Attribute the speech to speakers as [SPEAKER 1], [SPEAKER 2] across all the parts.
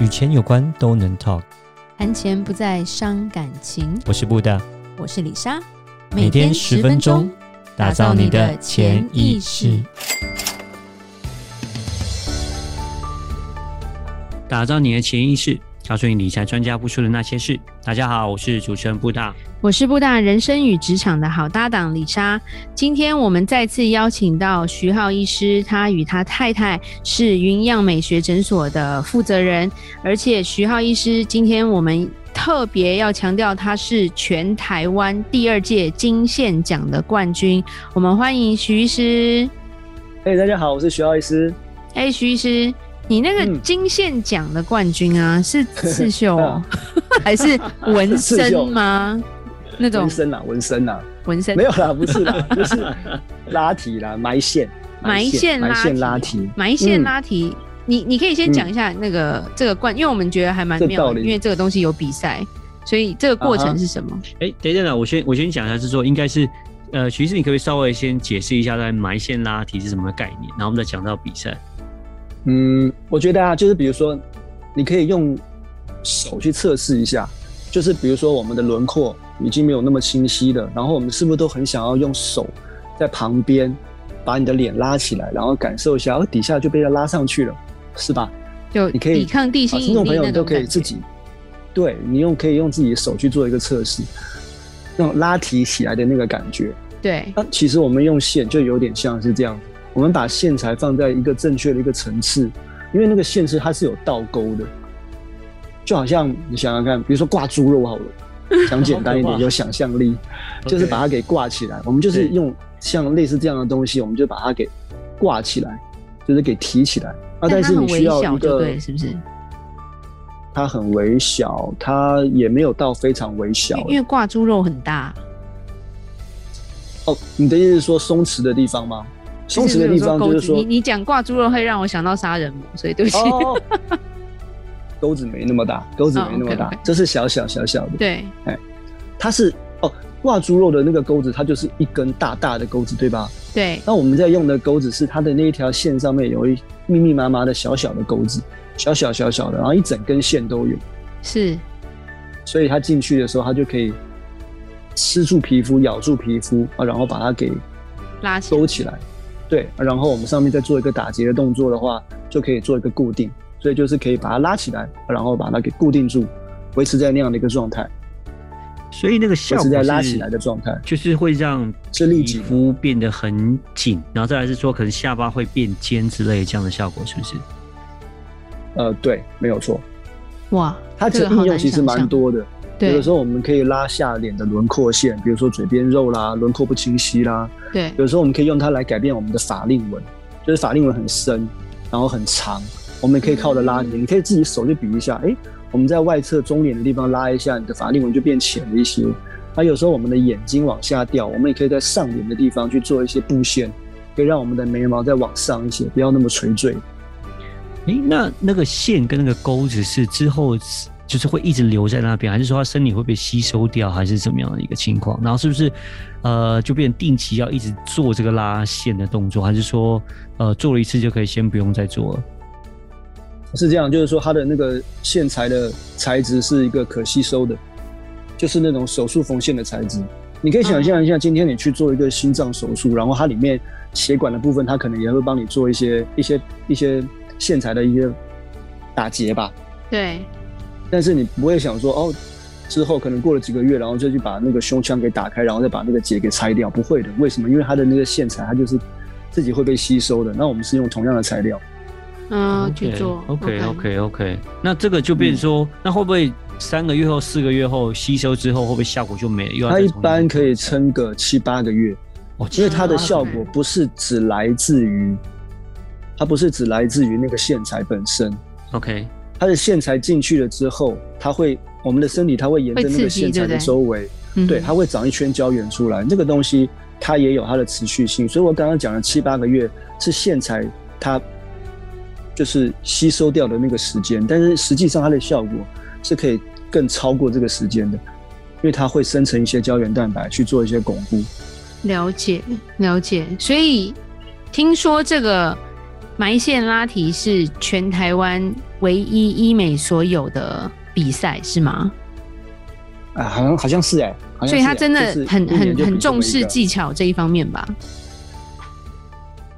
[SPEAKER 1] 与钱有关都能 talk。
[SPEAKER 2] 谈钱不再伤感情。
[SPEAKER 1] 我是布大，
[SPEAKER 2] 我是李莎，
[SPEAKER 1] 每天十分钟，打造你的潜意识，打造你的潜意识，告诉你理财专家不说的那些事。大家好，我是主持人布大。
[SPEAKER 2] 我是布大人生与职场的好搭档李莎。今天我们再次邀请到徐浩医师，他与他太太是云样美学诊所的负责人，而且徐浩医师今天我们。特别要强调，他是全台湾第二届金线奖的冠军。我们欢迎徐医师。
[SPEAKER 3] 哎、大家好，我是徐浩医师。
[SPEAKER 2] 哎、徐医师，你那个
[SPEAKER 3] 嗯
[SPEAKER 2] 金线奖的冠军啊，是刺绣、 哦 还是纹
[SPEAKER 3] 是啊 刺
[SPEAKER 2] 身
[SPEAKER 3] 绣
[SPEAKER 2] 吗？那种
[SPEAKER 3] 纹身啦，纹身啦，
[SPEAKER 2] 纹身
[SPEAKER 3] 没有啦，不是啦，就是 拉提啦，埋线，
[SPEAKER 2] 埋线
[SPEAKER 3] 埋线
[SPEAKER 2] 拉
[SPEAKER 3] 拉
[SPEAKER 2] 提
[SPEAKER 3] 提，
[SPEAKER 2] 埋线
[SPEAKER 3] 嗯
[SPEAKER 2] 拉提，你你可以先讲一下那个、这个冠，因为我们觉得还蛮
[SPEAKER 3] 这
[SPEAKER 2] 妙
[SPEAKER 3] 道
[SPEAKER 2] 的，
[SPEAKER 3] 理
[SPEAKER 2] 因为这个东西有比赛，所以这个过
[SPEAKER 3] 啊
[SPEAKER 2] 程
[SPEAKER 3] 哈
[SPEAKER 2] 是什么？
[SPEAKER 1] 哎、等一下啦，我先我先讲一下，是说应该是，呃，徐医师，你可不可以稍微先解释一下，在埋线拉提是什么概念？然后我们再讲到比赛。
[SPEAKER 3] 嗯，我觉得啊，就是比如说，你可以用手去测试一下，就是比如说我们的轮廓已经没有那么清晰了，然后我们是不是都很想要用手在旁边把你的脸拉起来，然后感受一下，哦，底下就被它拉上去了，是吧？
[SPEAKER 2] 就
[SPEAKER 3] 你可以
[SPEAKER 2] 抵抗地
[SPEAKER 3] 啊
[SPEAKER 2] 心
[SPEAKER 3] 听
[SPEAKER 2] 引
[SPEAKER 3] 众
[SPEAKER 2] 力
[SPEAKER 3] 朋友
[SPEAKER 2] 那
[SPEAKER 3] 你都
[SPEAKER 2] 种
[SPEAKER 3] 可以
[SPEAKER 2] 感
[SPEAKER 3] 自
[SPEAKER 2] 觉。
[SPEAKER 3] 己，对你用可以用自己的手去做一个测试，那种拉提起来的那个感觉。
[SPEAKER 2] 对，
[SPEAKER 3] 那其实我们用线就有点像是这样，我们把线材放在一个正确的一个层次，因为那个线是它是有倒钩的，就好像你想想看，比如说挂猪肉好了， 讲简单一
[SPEAKER 1] 好可
[SPEAKER 3] 点，
[SPEAKER 1] 怕
[SPEAKER 3] 有想象力，就是把它给挂起来。我们就是
[SPEAKER 1] 对
[SPEAKER 3] 用像类似这样的东西，我们就把它给挂起来，就是给提起来。啊，但
[SPEAKER 2] 它
[SPEAKER 3] 是
[SPEAKER 2] 很
[SPEAKER 3] 你需
[SPEAKER 2] 微
[SPEAKER 3] 要
[SPEAKER 2] 小，
[SPEAKER 3] 一
[SPEAKER 2] 就
[SPEAKER 3] 个
[SPEAKER 2] 对，是不是？
[SPEAKER 3] 它很微小，它也没有到非常微小
[SPEAKER 2] 因为。因为挂猪肉很大，
[SPEAKER 3] 哦，你的意思是说松弛的地方吗？松弛的地方就是说
[SPEAKER 2] 你，你讲挂猪肉会让我想到杀人魔，所以对不起。
[SPEAKER 3] 哦，钩子没那么大，钩子没那么
[SPEAKER 2] 哦
[SPEAKER 3] 大
[SPEAKER 2] ，OK，OK，
[SPEAKER 3] 这是小小小小的。，
[SPEAKER 2] 对
[SPEAKER 3] 它是哦，挂猪肉的那个钩子，它就是一根大大的钩子，对吧？
[SPEAKER 2] 对
[SPEAKER 3] 那我们在用的钩子是它的那一条线上面有一密密麻麻的小小的钩子，小小小小的，然后一整根线都有，
[SPEAKER 2] 是，
[SPEAKER 3] 所以它进去的时候，它就可以吃住皮肤，咬住皮肤啊，然后把它给
[SPEAKER 2] 拉起来
[SPEAKER 3] 勾起来，对，然后我们上面再做一个打结的动作的话，就可以做一个固定，所以就是可以把它拉起来，然后把它给固定住，维持在那样的一个状态，
[SPEAKER 1] 所以那个效
[SPEAKER 3] 维
[SPEAKER 1] 果
[SPEAKER 3] 持
[SPEAKER 1] 是
[SPEAKER 3] 在拉起来的状态，
[SPEAKER 1] 就是会让
[SPEAKER 3] 是立
[SPEAKER 1] 皮
[SPEAKER 3] 体
[SPEAKER 1] 肤变得很紧，然后再来是说可能下巴会变尖之类这样的效果，是不是？
[SPEAKER 3] 呃，对，没有错，
[SPEAKER 2] 哇，
[SPEAKER 3] 它
[SPEAKER 2] 这
[SPEAKER 3] 其
[SPEAKER 2] 个
[SPEAKER 3] 实
[SPEAKER 2] 好
[SPEAKER 3] 应用
[SPEAKER 2] 难
[SPEAKER 3] 其实
[SPEAKER 2] 想
[SPEAKER 3] 蛮
[SPEAKER 2] 象。
[SPEAKER 3] 多的，有
[SPEAKER 2] 对
[SPEAKER 3] 的时候我们可以拉下脸的轮廓线，比如说嘴边肉啦，轮廓不清晰啦，
[SPEAKER 2] 对
[SPEAKER 3] 有时候我们可以用它来改变我们的法令纹，就是法令纹很深，然后很长，我们也可以靠着拉你，你可以自己手去比一下，诶，我们在外侧中脸的地方拉一下，你的法令纹就变浅了一些。那有时候我们的眼睛往下掉，我们也可以在上脸的地方去做一些布线，可以让我们的眉毛再往上一些，不要那么垂坠。
[SPEAKER 1] 诶，那那个线跟那个钩子是之后是就是会一直留在那边，还是说它身体会被吸收掉，还是怎么样的一个情况？然后是不是呃就变成定期要一直做这个拉线的动作，还是说呃做了一次就可以先不用再做了？
[SPEAKER 3] 是这样，就是说它的那个线材的材质是一个可吸收的，就是那种手术缝线的材质。你可以想象一下，今天你去做一个心脏手术，然后它里面血管的部分，它可能也会帮你做一些一些一些线材的一些打结吧。
[SPEAKER 2] 对
[SPEAKER 3] 但是你不会想说哦，之后可能过了几个月，然后就去把那个胸腔给打开，然后再把那个结给拆掉，不会的。为什么？因为它的那个线材，它就是自己会被吸收的。那我们是用同样的材料。
[SPEAKER 2] 嗯，去做。
[SPEAKER 1] OK OK OK，那这个就变成
[SPEAKER 3] 嗯
[SPEAKER 1] 说，那会不会三个月后、四个月后吸收之后，会不会效果就没了？又要
[SPEAKER 3] 它
[SPEAKER 1] 再
[SPEAKER 3] 一
[SPEAKER 1] 重新
[SPEAKER 3] 般
[SPEAKER 1] 做
[SPEAKER 3] 可以撑个七八个月，
[SPEAKER 1] 哦，
[SPEAKER 3] 因为它的
[SPEAKER 2] 嗯
[SPEAKER 3] 效
[SPEAKER 2] ，OK
[SPEAKER 3] 果不是只来自于，它不是只来自于那个线材本身，
[SPEAKER 1] OK，
[SPEAKER 3] 它的线材进去了之后，它会我们的身体它会沿着
[SPEAKER 2] 会
[SPEAKER 3] 那个
[SPEAKER 2] 刺激
[SPEAKER 3] 线材
[SPEAKER 2] 对
[SPEAKER 3] 的
[SPEAKER 2] 不对
[SPEAKER 3] 周围，
[SPEAKER 2] 嗯
[SPEAKER 3] 对，它会长一圈胶原出来。这个东西它也有它的持续性，所以我刚刚讲的七八个月是线材它就是吸收掉的那个时间，但是实际上它的效果是可以更超过这个时间的，因为它会生成一些胶原蛋白去做一些巩固。
[SPEAKER 2] 了解了解。所以听说这个埋线拉提是全台湾唯一医美所有的比赛是吗？
[SPEAKER 3] 啊，好像好像是哎、好像
[SPEAKER 2] 所以
[SPEAKER 3] 是
[SPEAKER 2] 他
[SPEAKER 3] 哎
[SPEAKER 2] 真的
[SPEAKER 3] 就是
[SPEAKER 2] 很
[SPEAKER 3] 一年
[SPEAKER 2] 很
[SPEAKER 3] 就比
[SPEAKER 2] 很
[SPEAKER 3] 这么
[SPEAKER 2] 重
[SPEAKER 3] 一
[SPEAKER 2] 视
[SPEAKER 3] 个
[SPEAKER 2] 技巧这一方面吧？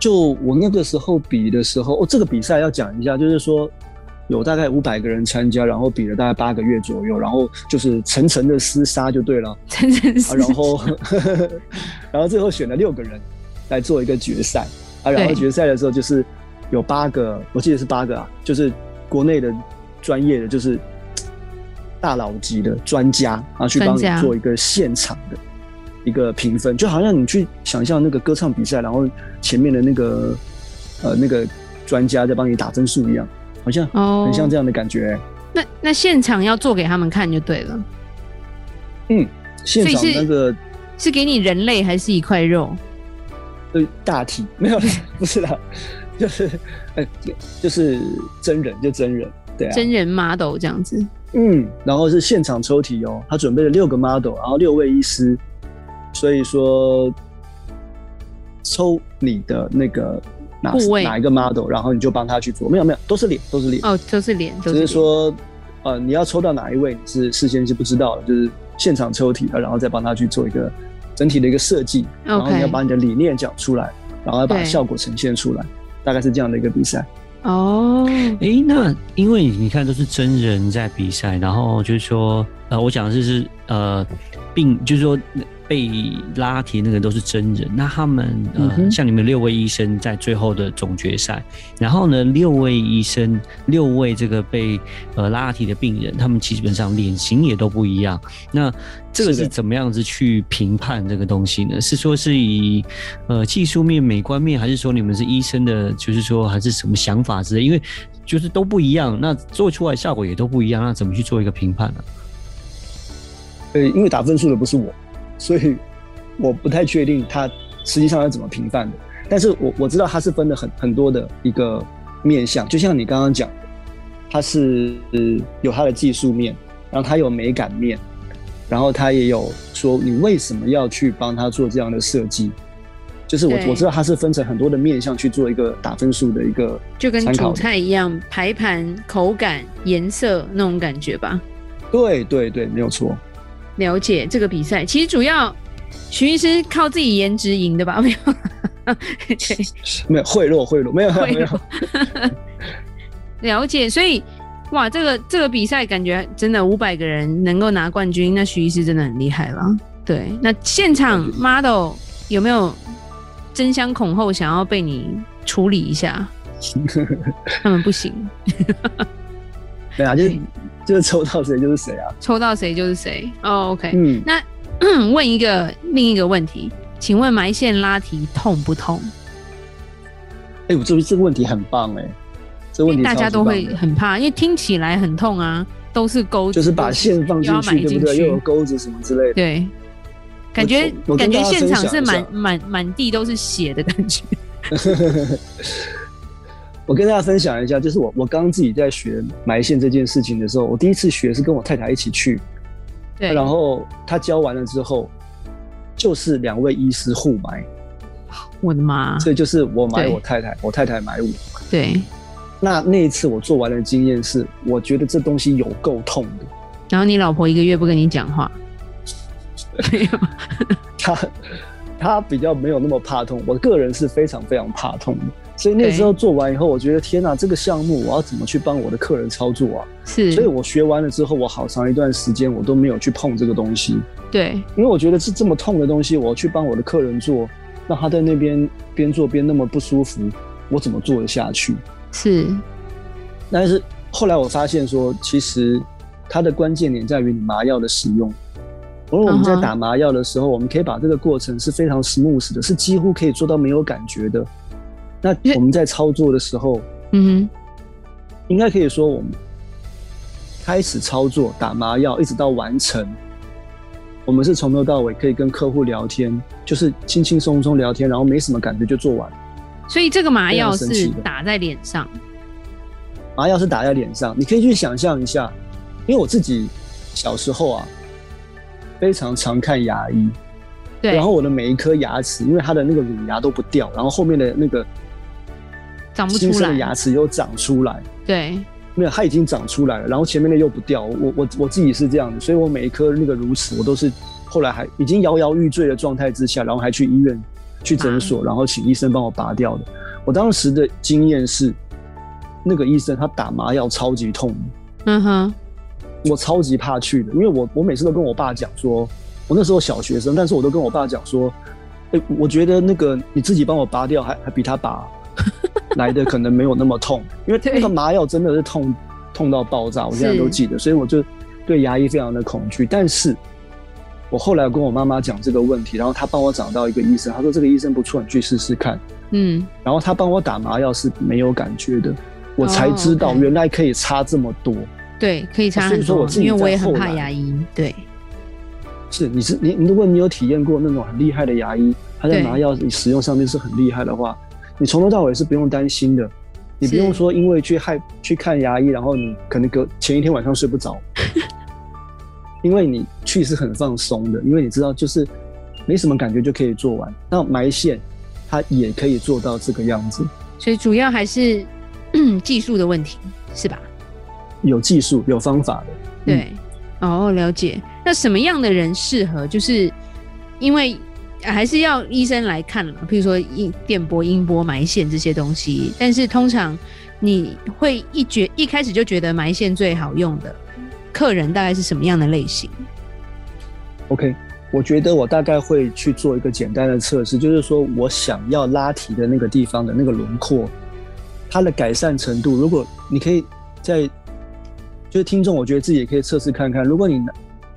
[SPEAKER 3] 就我那个时候比的时候，哦，这个比赛要讲一下，就是说有大概五百个人参加，然后比了大概八个月左右，然后就是层层的厮杀就对了，啊、
[SPEAKER 2] 真的是，
[SPEAKER 3] 然后 然后最后选了六个人来做一个决赛啊，然后
[SPEAKER 2] 对
[SPEAKER 3] 决赛的时候就是有八个，我记得是八个啊，就是国内的专业的就是嘖大佬级的专家啊，去帮
[SPEAKER 2] 专家
[SPEAKER 3] 你做一个现场的一个评分，就好像你去想象那个歌唱比赛，然后前面的那个呃那个专家在帮你打分数一样，好像
[SPEAKER 2] 哦
[SPEAKER 3] 很像这样的感觉、欸
[SPEAKER 2] 那那现场要做给他们看就对了，
[SPEAKER 3] 嗯现场
[SPEAKER 2] 所以是
[SPEAKER 3] 那个
[SPEAKER 2] 是给你人类还是一块肉？
[SPEAKER 3] 对大体没有啦，不是啦，就是呃就是真人就真人，对啊，
[SPEAKER 2] 真人 model 这样子，
[SPEAKER 3] 嗯，然后是现场抽题哦，他准备了六个 model，然后六位医师，所以说抽你的那个哪
[SPEAKER 2] 部位
[SPEAKER 3] 哪一个 model，然后你就帮他去做，没有没有，都是脸，都是脸，
[SPEAKER 2] 哦，都是脸，都
[SPEAKER 3] 只是
[SPEAKER 2] 脸
[SPEAKER 3] 说呃你要抽到哪一位你是事先是不知道的，就是现场抽题的，然后再帮他去做一个整体的一个设计，然后你要
[SPEAKER 2] OK
[SPEAKER 3] 把你的理念讲出来，然后要把
[SPEAKER 2] 对
[SPEAKER 3] 效果呈现出来，大概是这样的一个比赛。
[SPEAKER 2] 哦，
[SPEAKER 1] 诶，那因为你看都是真人在比赛，然后就是说，呃，我讲的就是呃，病就是说被拉提那个都是真人，那他们呃
[SPEAKER 3] 嗯，哼
[SPEAKER 1] 像你们六位医生在最后的总决赛，然后呢，六位医生，六位这个被呃拉提的病人，他们基本上脸型也都不一样，那这个
[SPEAKER 3] 是的
[SPEAKER 1] 是怎么样子去评判这个东西呢？是说是以呃技术面、美观面，还是说你们是医生的，就是说还是什么想法之类？因为就是都不一样，那做出来效果也都不一样，那怎么去做一个评判呢、
[SPEAKER 3] 对，因为打分数的不是我，所以我不太确定他实际上要怎么评判的。但是我我知道他是分了很很多的一个面向，就像你刚刚讲的，他是呃有他的技术面，然后他有美感面，然后他也有说你为什么要去帮他做这样的设计。就是我
[SPEAKER 2] 对
[SPEAKER 3] 我知道他是分成很多的面向去做一个打分数的一个
[SPEAKER 2] 就跟
[SPEAKER 3] 参考
[SPEAKER 2] 煮
[SPEAKER 3] 的
[SPEAKER 2] 菜一样，排盘、口感、颜色那种感觉吧。
[SPEAKER 3] 对对对，没有错。
[SPEAKER 2] 了解这个比赛，其实主要徐医师靠自己颜值赢的吧？没 有，对，
[SPEAKER 3] 没有贿赂贿赂没有
[SPEAKER 2] 贿
[SPEAKER 3] 没有
[SPEAKER 2] 赂了解。所以哇，这个这个比赛感觉真的五百个人能够拿冠军，那徐医师真的很厉害了。对，那现场 model 有没有争相恐后想要被你处理一下？ 他们不行，
[SPEAKER 3] 对啊，就是就是抽到谁就是谁啊。
[SPEAKER 2] 抽到谁就是谁。哦、o k
[SPEAKER 3] 嗯，
[SPEAKER 2] 那 问一个另一个问题，请问埋线拉提痛不痛？
[SPEAKER 3] 哎、我这这个问题很棒哎、这个
[SPEAKER 2] 因为
[SPEAKER 3] 问题
[SPEAKER 2] 大家
[SPEAKER 3] 超级
[SPEAKER 2] 都
[SPEAKER 3] 棒
[SPEAKER 2] 会
[SPEAKER 3] 的
[SPEAKER 2] 很怕，因为听起来很痛啊，都是钩子，
[SPEAKER 3] 就是把线放进
[SPEAKER 2] 又要买
[SPEAKER 3] 去，对不对？
[SPEAKER 2] 进
[SPEAKER 3] 又
[SPEAKER 2] 去
[SPEAKER 3] 有钩子什么之类的。
[SPEAKER 2] 对，感觉
[SPEAKER 3] 我
[SPEAKER 2] 感
[SPEAKER 3] 跟
[SPEAKER 2] 觉
[SPEAKER 3] 大家
[SPEAKER 2] 现场
[SPEAKER 3] 分
[SPEAKER 2] 是
[SPEAKER 3] 享一下
[SPEAKER 2] 满满满地都是血的感 觉。
[SPEAKER 3] 我跟大家分享一下，就是我我刚自己在学埋线这件事情的时候，我第一次学是跟我太太一起去，
[SPEAKER 2] 对，
[SPEAKER 3] 然后她教完了之后，就是两位医师互埋，
[SPEAKER 2] 我的妈，
[SPEAKER 3] 所以就是我埋
[SPEAKER 2] 对
[SPEAKER 3] 我太太，我太太埋我。
[SPEAKER 2] 对，
[SPEAKER 3] 那那一次我做完的经验是，我觉得这东西有够痛的。
[SPEAKER 2] 然后你老婆一个月不跟你讲话，没有，
[SPEAKER 3] 他他比较没有那么怕痛，我个人是非常非常怕痛的。所以那时候做完以后，我觉得天哪、这个项目我要怎么去帮我的客人操作啊？
[SPEAKER 2] 是，
[SPEAKER 3] 所以我学完了之后，我好长一段时间我都没有去碰这个东西，
[SPEAKER 2] 对
[SPEAKER 3] 因为我觉得是这么痛的东西，我去帮我的客人做，让他在那边边做边那么不舒服，我怎么做得下去？
[SPEAKER 2] 是，
[SPEAKER 3] 但是后来我发现说，其实它的关键点在于你麻药的使用。而我们在
[SPEAKER 2] 嗯哼
[SPEAKER 3] 打麻药的时候我们可以把这个过程是非常 smooth 的，是几乎可以做到没有感觉的。那
[SPEAKER 2] 因为
[SPEAKER 3] 我们在操作的时候，
[SPEAKER 2] 嗯
[SPEAKER 3] 应该可以说我们开始操作打麻药，一直到完成，我们是从头到尾可以跟客户聊天，就是轻轻松松聊天，然后没什么感觉就做完。
[SPEAKER 2] 哼，所以这个麻药
[SPEAKER 3] 非常神
[SPEAKER 2] 是
[SPEAKER 3] 奇的
[SPEAKER 2] 打在脸上，
[SPEAKER 3] 麻啊药是打在脸上，你可以去想象一下，因为我自己小时候啊，非常常看牙医，
[SPEAKER 2] 对，
[SPEAKER 3] 然后我的每一颗牙齿，因为它的那个乳牙都不掉，然后后面的那个
[SPEAKER 2] 长不
[SPEAKER 3] 新
[SPEAKER 2] 出
[SPEAKER 3] 生的
[SPEAKER 2] 来，
[SPEAKER 3] 牙齿又长出来，
[SPEAKER 2] 对，
[SPEAKER 3] 没有，它已经长出来了，然后前面的又不掉。我我我自己是这样的，所以我每一颗那个乳齿，我都是后来还已经摇摇欲坠的状态之下，然后还去医院去
[SPEAKER 2] 啊
[SPEAKER 3] 诊所，然后请医生帮我拔掉的。我当时的经验是，那个医生他打麻药超级痛的，
[SPEAKER 2] 嗯哼，
[SPEAKER 3] 我超级怕去的，因为我我每次都跟我爸讲说，我那时候小学生，但是我都跟我爸讲说，哎、我觉得那个你自己帮我拔掉还还比 他拔来的可能没有那么痛，因为
[SPEAKER 2] 对
[SPEAKER 3] 那个麻药真的是痛痛到爆炸，我现在
[SPEAKER 2] 是
[SPEAKER 3] 都记得，所以我就对牙医非常的恐惧。但是我后来跟我妈妈讲这个问题，然后她帮我找到一个医生，她说这个医生不错，你去试试看。
[SPEAKER 2] 嗯，
[SPEAKER 3] 然后她帮我打麻药是没有感觉的，我才
[SPEAKER 2] 哦
[SPEAKER 3] 知道
[SPEAKER 2] OK
[SPEAKER 3] 原来可以差这么多。
[SPEAKER 2] 对，可以差
[SPEAKER 3] 哦所以
[SPEAKER 2] 很
[SPEAKER 3] 说我
[SPEAKER 2] 多，
[SPEAKER 3] 自己
[SPEAKER 2] 因为我
[SPEAKER 3] 在
[SPEAKER 2] 也很
[SPEAKER 3] 后
[SPEAKER 2] 怕
[SPEAKER 3] 来
[SPEAKER 2] 牙龈，对，
[SPEAKER 3] 是，你是你，你如果你有体验过那种很厉害的牙医，他在
[SPEAKER 2] 对
[SPEAKER 3] 麻药使用上面是很厉害的话，你从头到尾是不用担心的，你不
[SPEAKER 2] 是
[SPEAKER 3] 用说因为去害去看牙医，然后你可能隔前一天晚上睡 不着，因为你去是很放松的，因为你知道就是没什么感觉就可以做完。那埋线，它也可以做到这个样子，
[SPEAKER 2] 所以主要还是 技术的问题，是吧？
[SPEAKER 3] 有技术有方法的。
[SPEAKER 2] 对，哦，了解。那什么样的人适合？就是因为呃还是要医生来看了，譬如说音电波、音波、埋线这些东西。但是通常你会一觉一开始就觉得埋线最好用的客人大概是什么样的类型？
[SPEAKER 3] OK，我觉得我大概会去做一个简单的测试，就是说我想要拉提的那个地方的那个轮廓，它的改善程度，如果你可以在，就是听众，我觉得自己也可以测试看看，如果你拿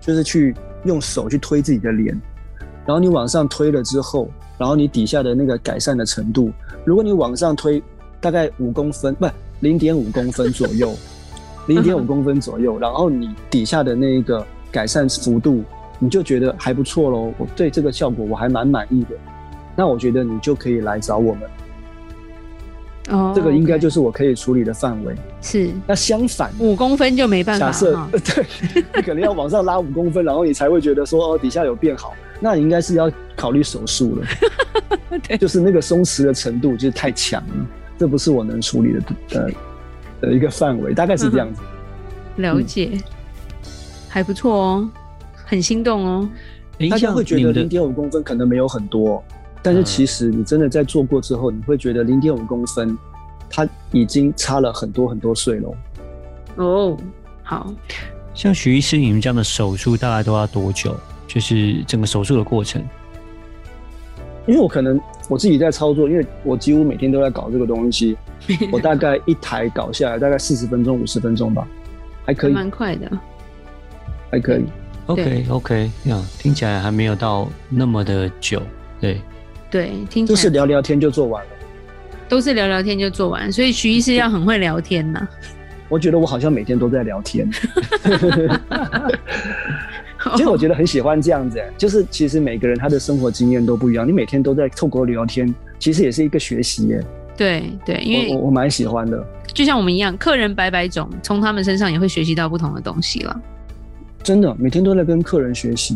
[SPEAKER 3] 就是去用手去推自己的脸，然后你往上推了之后，然后你底下的那个改善的程度，如果你往上推大概五公分，不零点五公分左右，零点五公分左右，然后你底下的那个改善幅度，你就觉得还不错喽，我对这个效果我还蛮满意的。那我觉得你就可以来找我们，
[SPEAKER 2] 哦，
[SPEAKER 3] 这个应该就是是我可以处理的范围。
[SPEAKER 2] 是
[SPEAKER 3] 那相反，
[SPEAKER 2] 五公分就没办法
[SPEAKER 3] 假设
[SPEAKER 2] 哈。
[SPEAKER 3] 对，你可能要往上拉五公分，然后你才会觉得说哦底下有变好，那你应该是要考虑手术了
[SPEAKER 2] 对
[SPEAKER 3] 就是那个松弛的程度就是太强了，这不是我能处理的呃的一个范围，大概是这
[SPEAKER 2] 嗯
[SPEAKER 3] 样子。
[SPEAKER 2] 了
[SPEAKER 3] 嗯
[SPEAKER 2] 解，还不错哦，很心动哦。
[SPEAKER 1] 诶
[SPEAKER 3] 大家
[SPEAKER 1] 像
[SPEAKER 3] 会觉
[SPEAKER 1] 你
[SPEAKER 3] 得
[SPEAKER 1] 们的
[SPEAKER 3] 零点五公分可能没有很多，但是其实
[SPEAKER 2] 嗯
[SPEAKER 3] 你真的在做过之后，你会觉得零点五公分，它已经差了很多很多岁了。
[SPEAKER 2] 哦，好，
[SPEAKER 1] 像徐医师，你们这样的手术大概都要多久？就是整个手术的过程。
[SPEAKER 3] 因为我可能我自己在操作，因为我几乎每天都在搞这个 东西，我大概一台搞下来大概四十分钟、五十分钟吧，还可以，
[SPEAKER 2] 蛮快的。
[SPEAKER 3] 还可以。
[SPEAKER 1] OK OK，呀、听起来还没有到那么的久。对，
[SPEAKER 2] 对，听起
[SPEAKER 3] 就
[SPEAKER 2] 来
[SPEAKER 3] 是聊聊天就做完了。
[SPEAKER 2] 都是聊聊天就做完，所以徐医师要很会聊天呐、
[SPEAKER 3] 我觉得我好像每天都在聊 天，其实我
[SPEAKER 2] 哦
[SPEAKER 3] 觉得很喜欢这样子、欸，就是其实每个人他的生活经验都不一样，你每天都在透过聊天，其实也是一个学习耶、
[SPEAKER 2] 对对，因
[SPEAKER 3] 我
[SPEAKER 2] 为
[SPEAKER 3] 我我蛮喜欢的。
[SPEAKER 2] 就像我们一样，客人百百种，从他们身上也会学习到不同的东西了。
[SPEAKER 3] 真的，每天都在跟客人学习，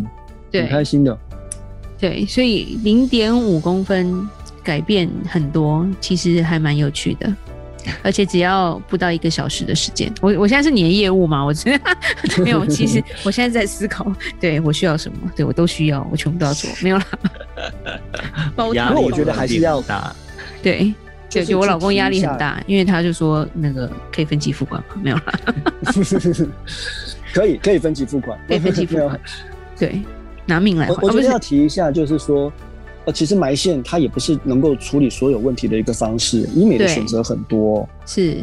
[SPEAKER 3] 很开
[SPEAKER 2] 对
[SPEAKER 3] 心的。
[SPEAKER 2] 对，所以零点五公分改变很多，其实还蛮有趣 的。而且只要不到一个小时的时间，我我现在是你的业务嘛？我真的 没有，其 实我现在在思考，对我需要什么，对我都需要，我全部都要做， 没有啦。包
[SPEAKER 1] 压
[SPEAKER 2] 糖
[SPEAKER 1] 力
[SPEAKER 3] 不过我觉得
[SPEAKER 1] 有
[SPEAKER 3] 还是
[SPEAKER 1] 点
[SPEAKER 3] 要
[SPEAKER 1] 大。
[SPEAKER 2] 对，就
[SPEAKER 3] 就
[SPEAKER 2] 是就我老公
[SPEAKER 3] 去
[SPEAKER 2] 压
[SPEAKER 3] 听一
[SPEAKER 2] 力
[SPEAKER 3] 下
[SPEAKER 2] 很大，因为他就说那个可以分期付款嘛，没有啦，
[SPEAKER 3] 可以可以分期付款，
[SPEAKER 2] 可以分期付
[SPEAKER 3] 没
[SPEAKER 2] 款
[SPEAKER 3] 有。
[SPEAKER 2] 对，拿命来还，
[SPEAKER 3] 我我
[SPEAKER 2] 啊不
[SPEAKER 3] 觉得
[SPEAKER 2] 是
[SPEAKER 3] 要提一下，就是说，呃，其实埋线它也不是能够处理所有问题的一个方式，医美的
[SPEAKER 2] 对
[SPEAKER 3] 选择很多。
[SPEAKER 2] 是，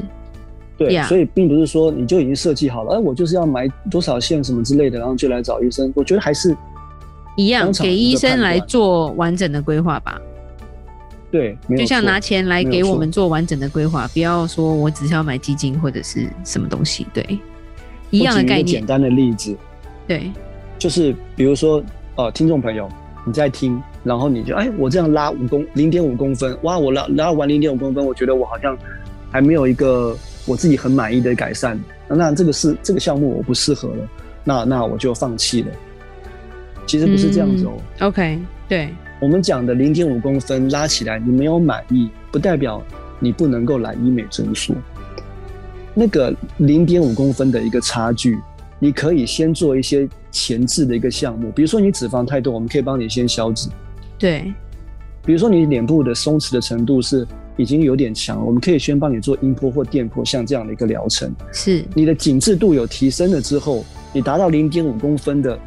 [SPEAKER 3] 对
[SPEAKER 2] Yeah
[SPEAKER 3] 所以并不是说你就已经设计好了，哎，我就是要埋多少线什么之类的，然后就来找医生。我觉得还是
[SPEAKER 2] 一样
[SPEAKER 3] 当场
[SPEAKER 2] 给
[SPEAKER 3] 一个
[SPEAKER 2] 医生
[SPEAKER 3] 判
[SPEAKER 2] 来
[SPEAKER 3] 断
[SPEAKER 2] 做完整的规划吧，
[SPEAKER 3] 对，没有
[SPEAKER 2] 就像
[SPEAKER 3] 错
[SPEAKER 2] 拿钱来
[SPEAKER 3] 没有
[SPEAKER 2] 给我
[SPEAKER 3] 错
[SPEAKER 2] 们做完整的规划，不要说我只是要买基金或者是什么东西，对，一
[SPEAKER 3] 我
[SPEAKER 2] 样的
[SPEAKER 3] 举
[SPEAKER 2] 概
[SPEAKER 3] 一个简
[SPEAKER 2] 念，
[SPEAKER 3] 单的例子，
[SPEAKER 2] 对，
[SPEAKER 3] 就是比如说，呃，听众朋友你在听，然后你就哎，我这样拉五公零点五公分，哇，我拉拉完零点五公分，我觉得我好像还没有一个我自己很满意的改善，那这个是这个项目我不适合了，那那我就放弃了。其实不是这样子哦，
[SPEAKER 2] ，OK，对，
[SPEAKER 3] 我们讲的零点五公分拉起来你没有满意，不代表你不能够来医美诊所。那个零点五公分的一个差距，你可以先做一些前置的一个项目，比如说你脂肪太多，我们可以帮你先消脂；
[SPEAKER 2] 对，
[SPEAKER 3] 比如说你脸部的松弛的程度是已经有点强，我们可以先帮你做音波或电波，像这样的一个疗程。
[SPEAKER 2] 是，
[SPEAKER 3] 你的紧致度有提升了之后，你达到零点五公分的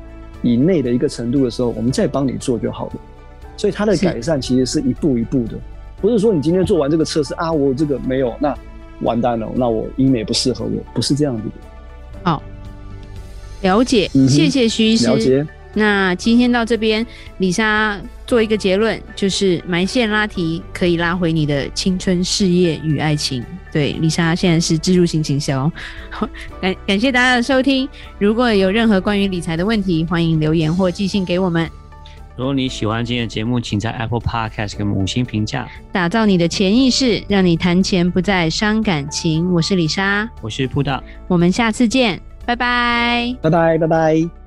[SPEAKER 3] 以内的一个程度的时候，我们再帮你做就好了。所以它的
[SPEAKER 2] 是
[SPEAKER 3] 改善其实是一步一步的，不是说你今天做完这个测试啊，我这个没有，那完蛋了，那我医美不适合我，不是这样子的。
[SPEAKER 2] 了解，
[SPEAKER 3] 嗯哼
[SPEAKER 2] 谢谢徐医师。
[SPEAKER 3] 了解，
[SPEAKER 2] 那今天到这边，李莎做一个结论，就是埋线拉提可以拉回你的青春、事业与爱情。对，李莎现在是自助型行销，感感谢大家的收听。如果有任何关于理财的问题，欢迎留言或寄信给我们。
[SPEAKER 1] 如果你喜欢今天的节目，请在 Apple Podcast 给我们五星评价。
[SPEAKER 2] 打造你的潜意识，让你谈钱不再伤感情。我是李莎，
[SPEAKER 1] 我是布大。
[SPEAKER 2] 我们下次见，拜拜。
[SPEAKER 3] 拜拜，拜拜。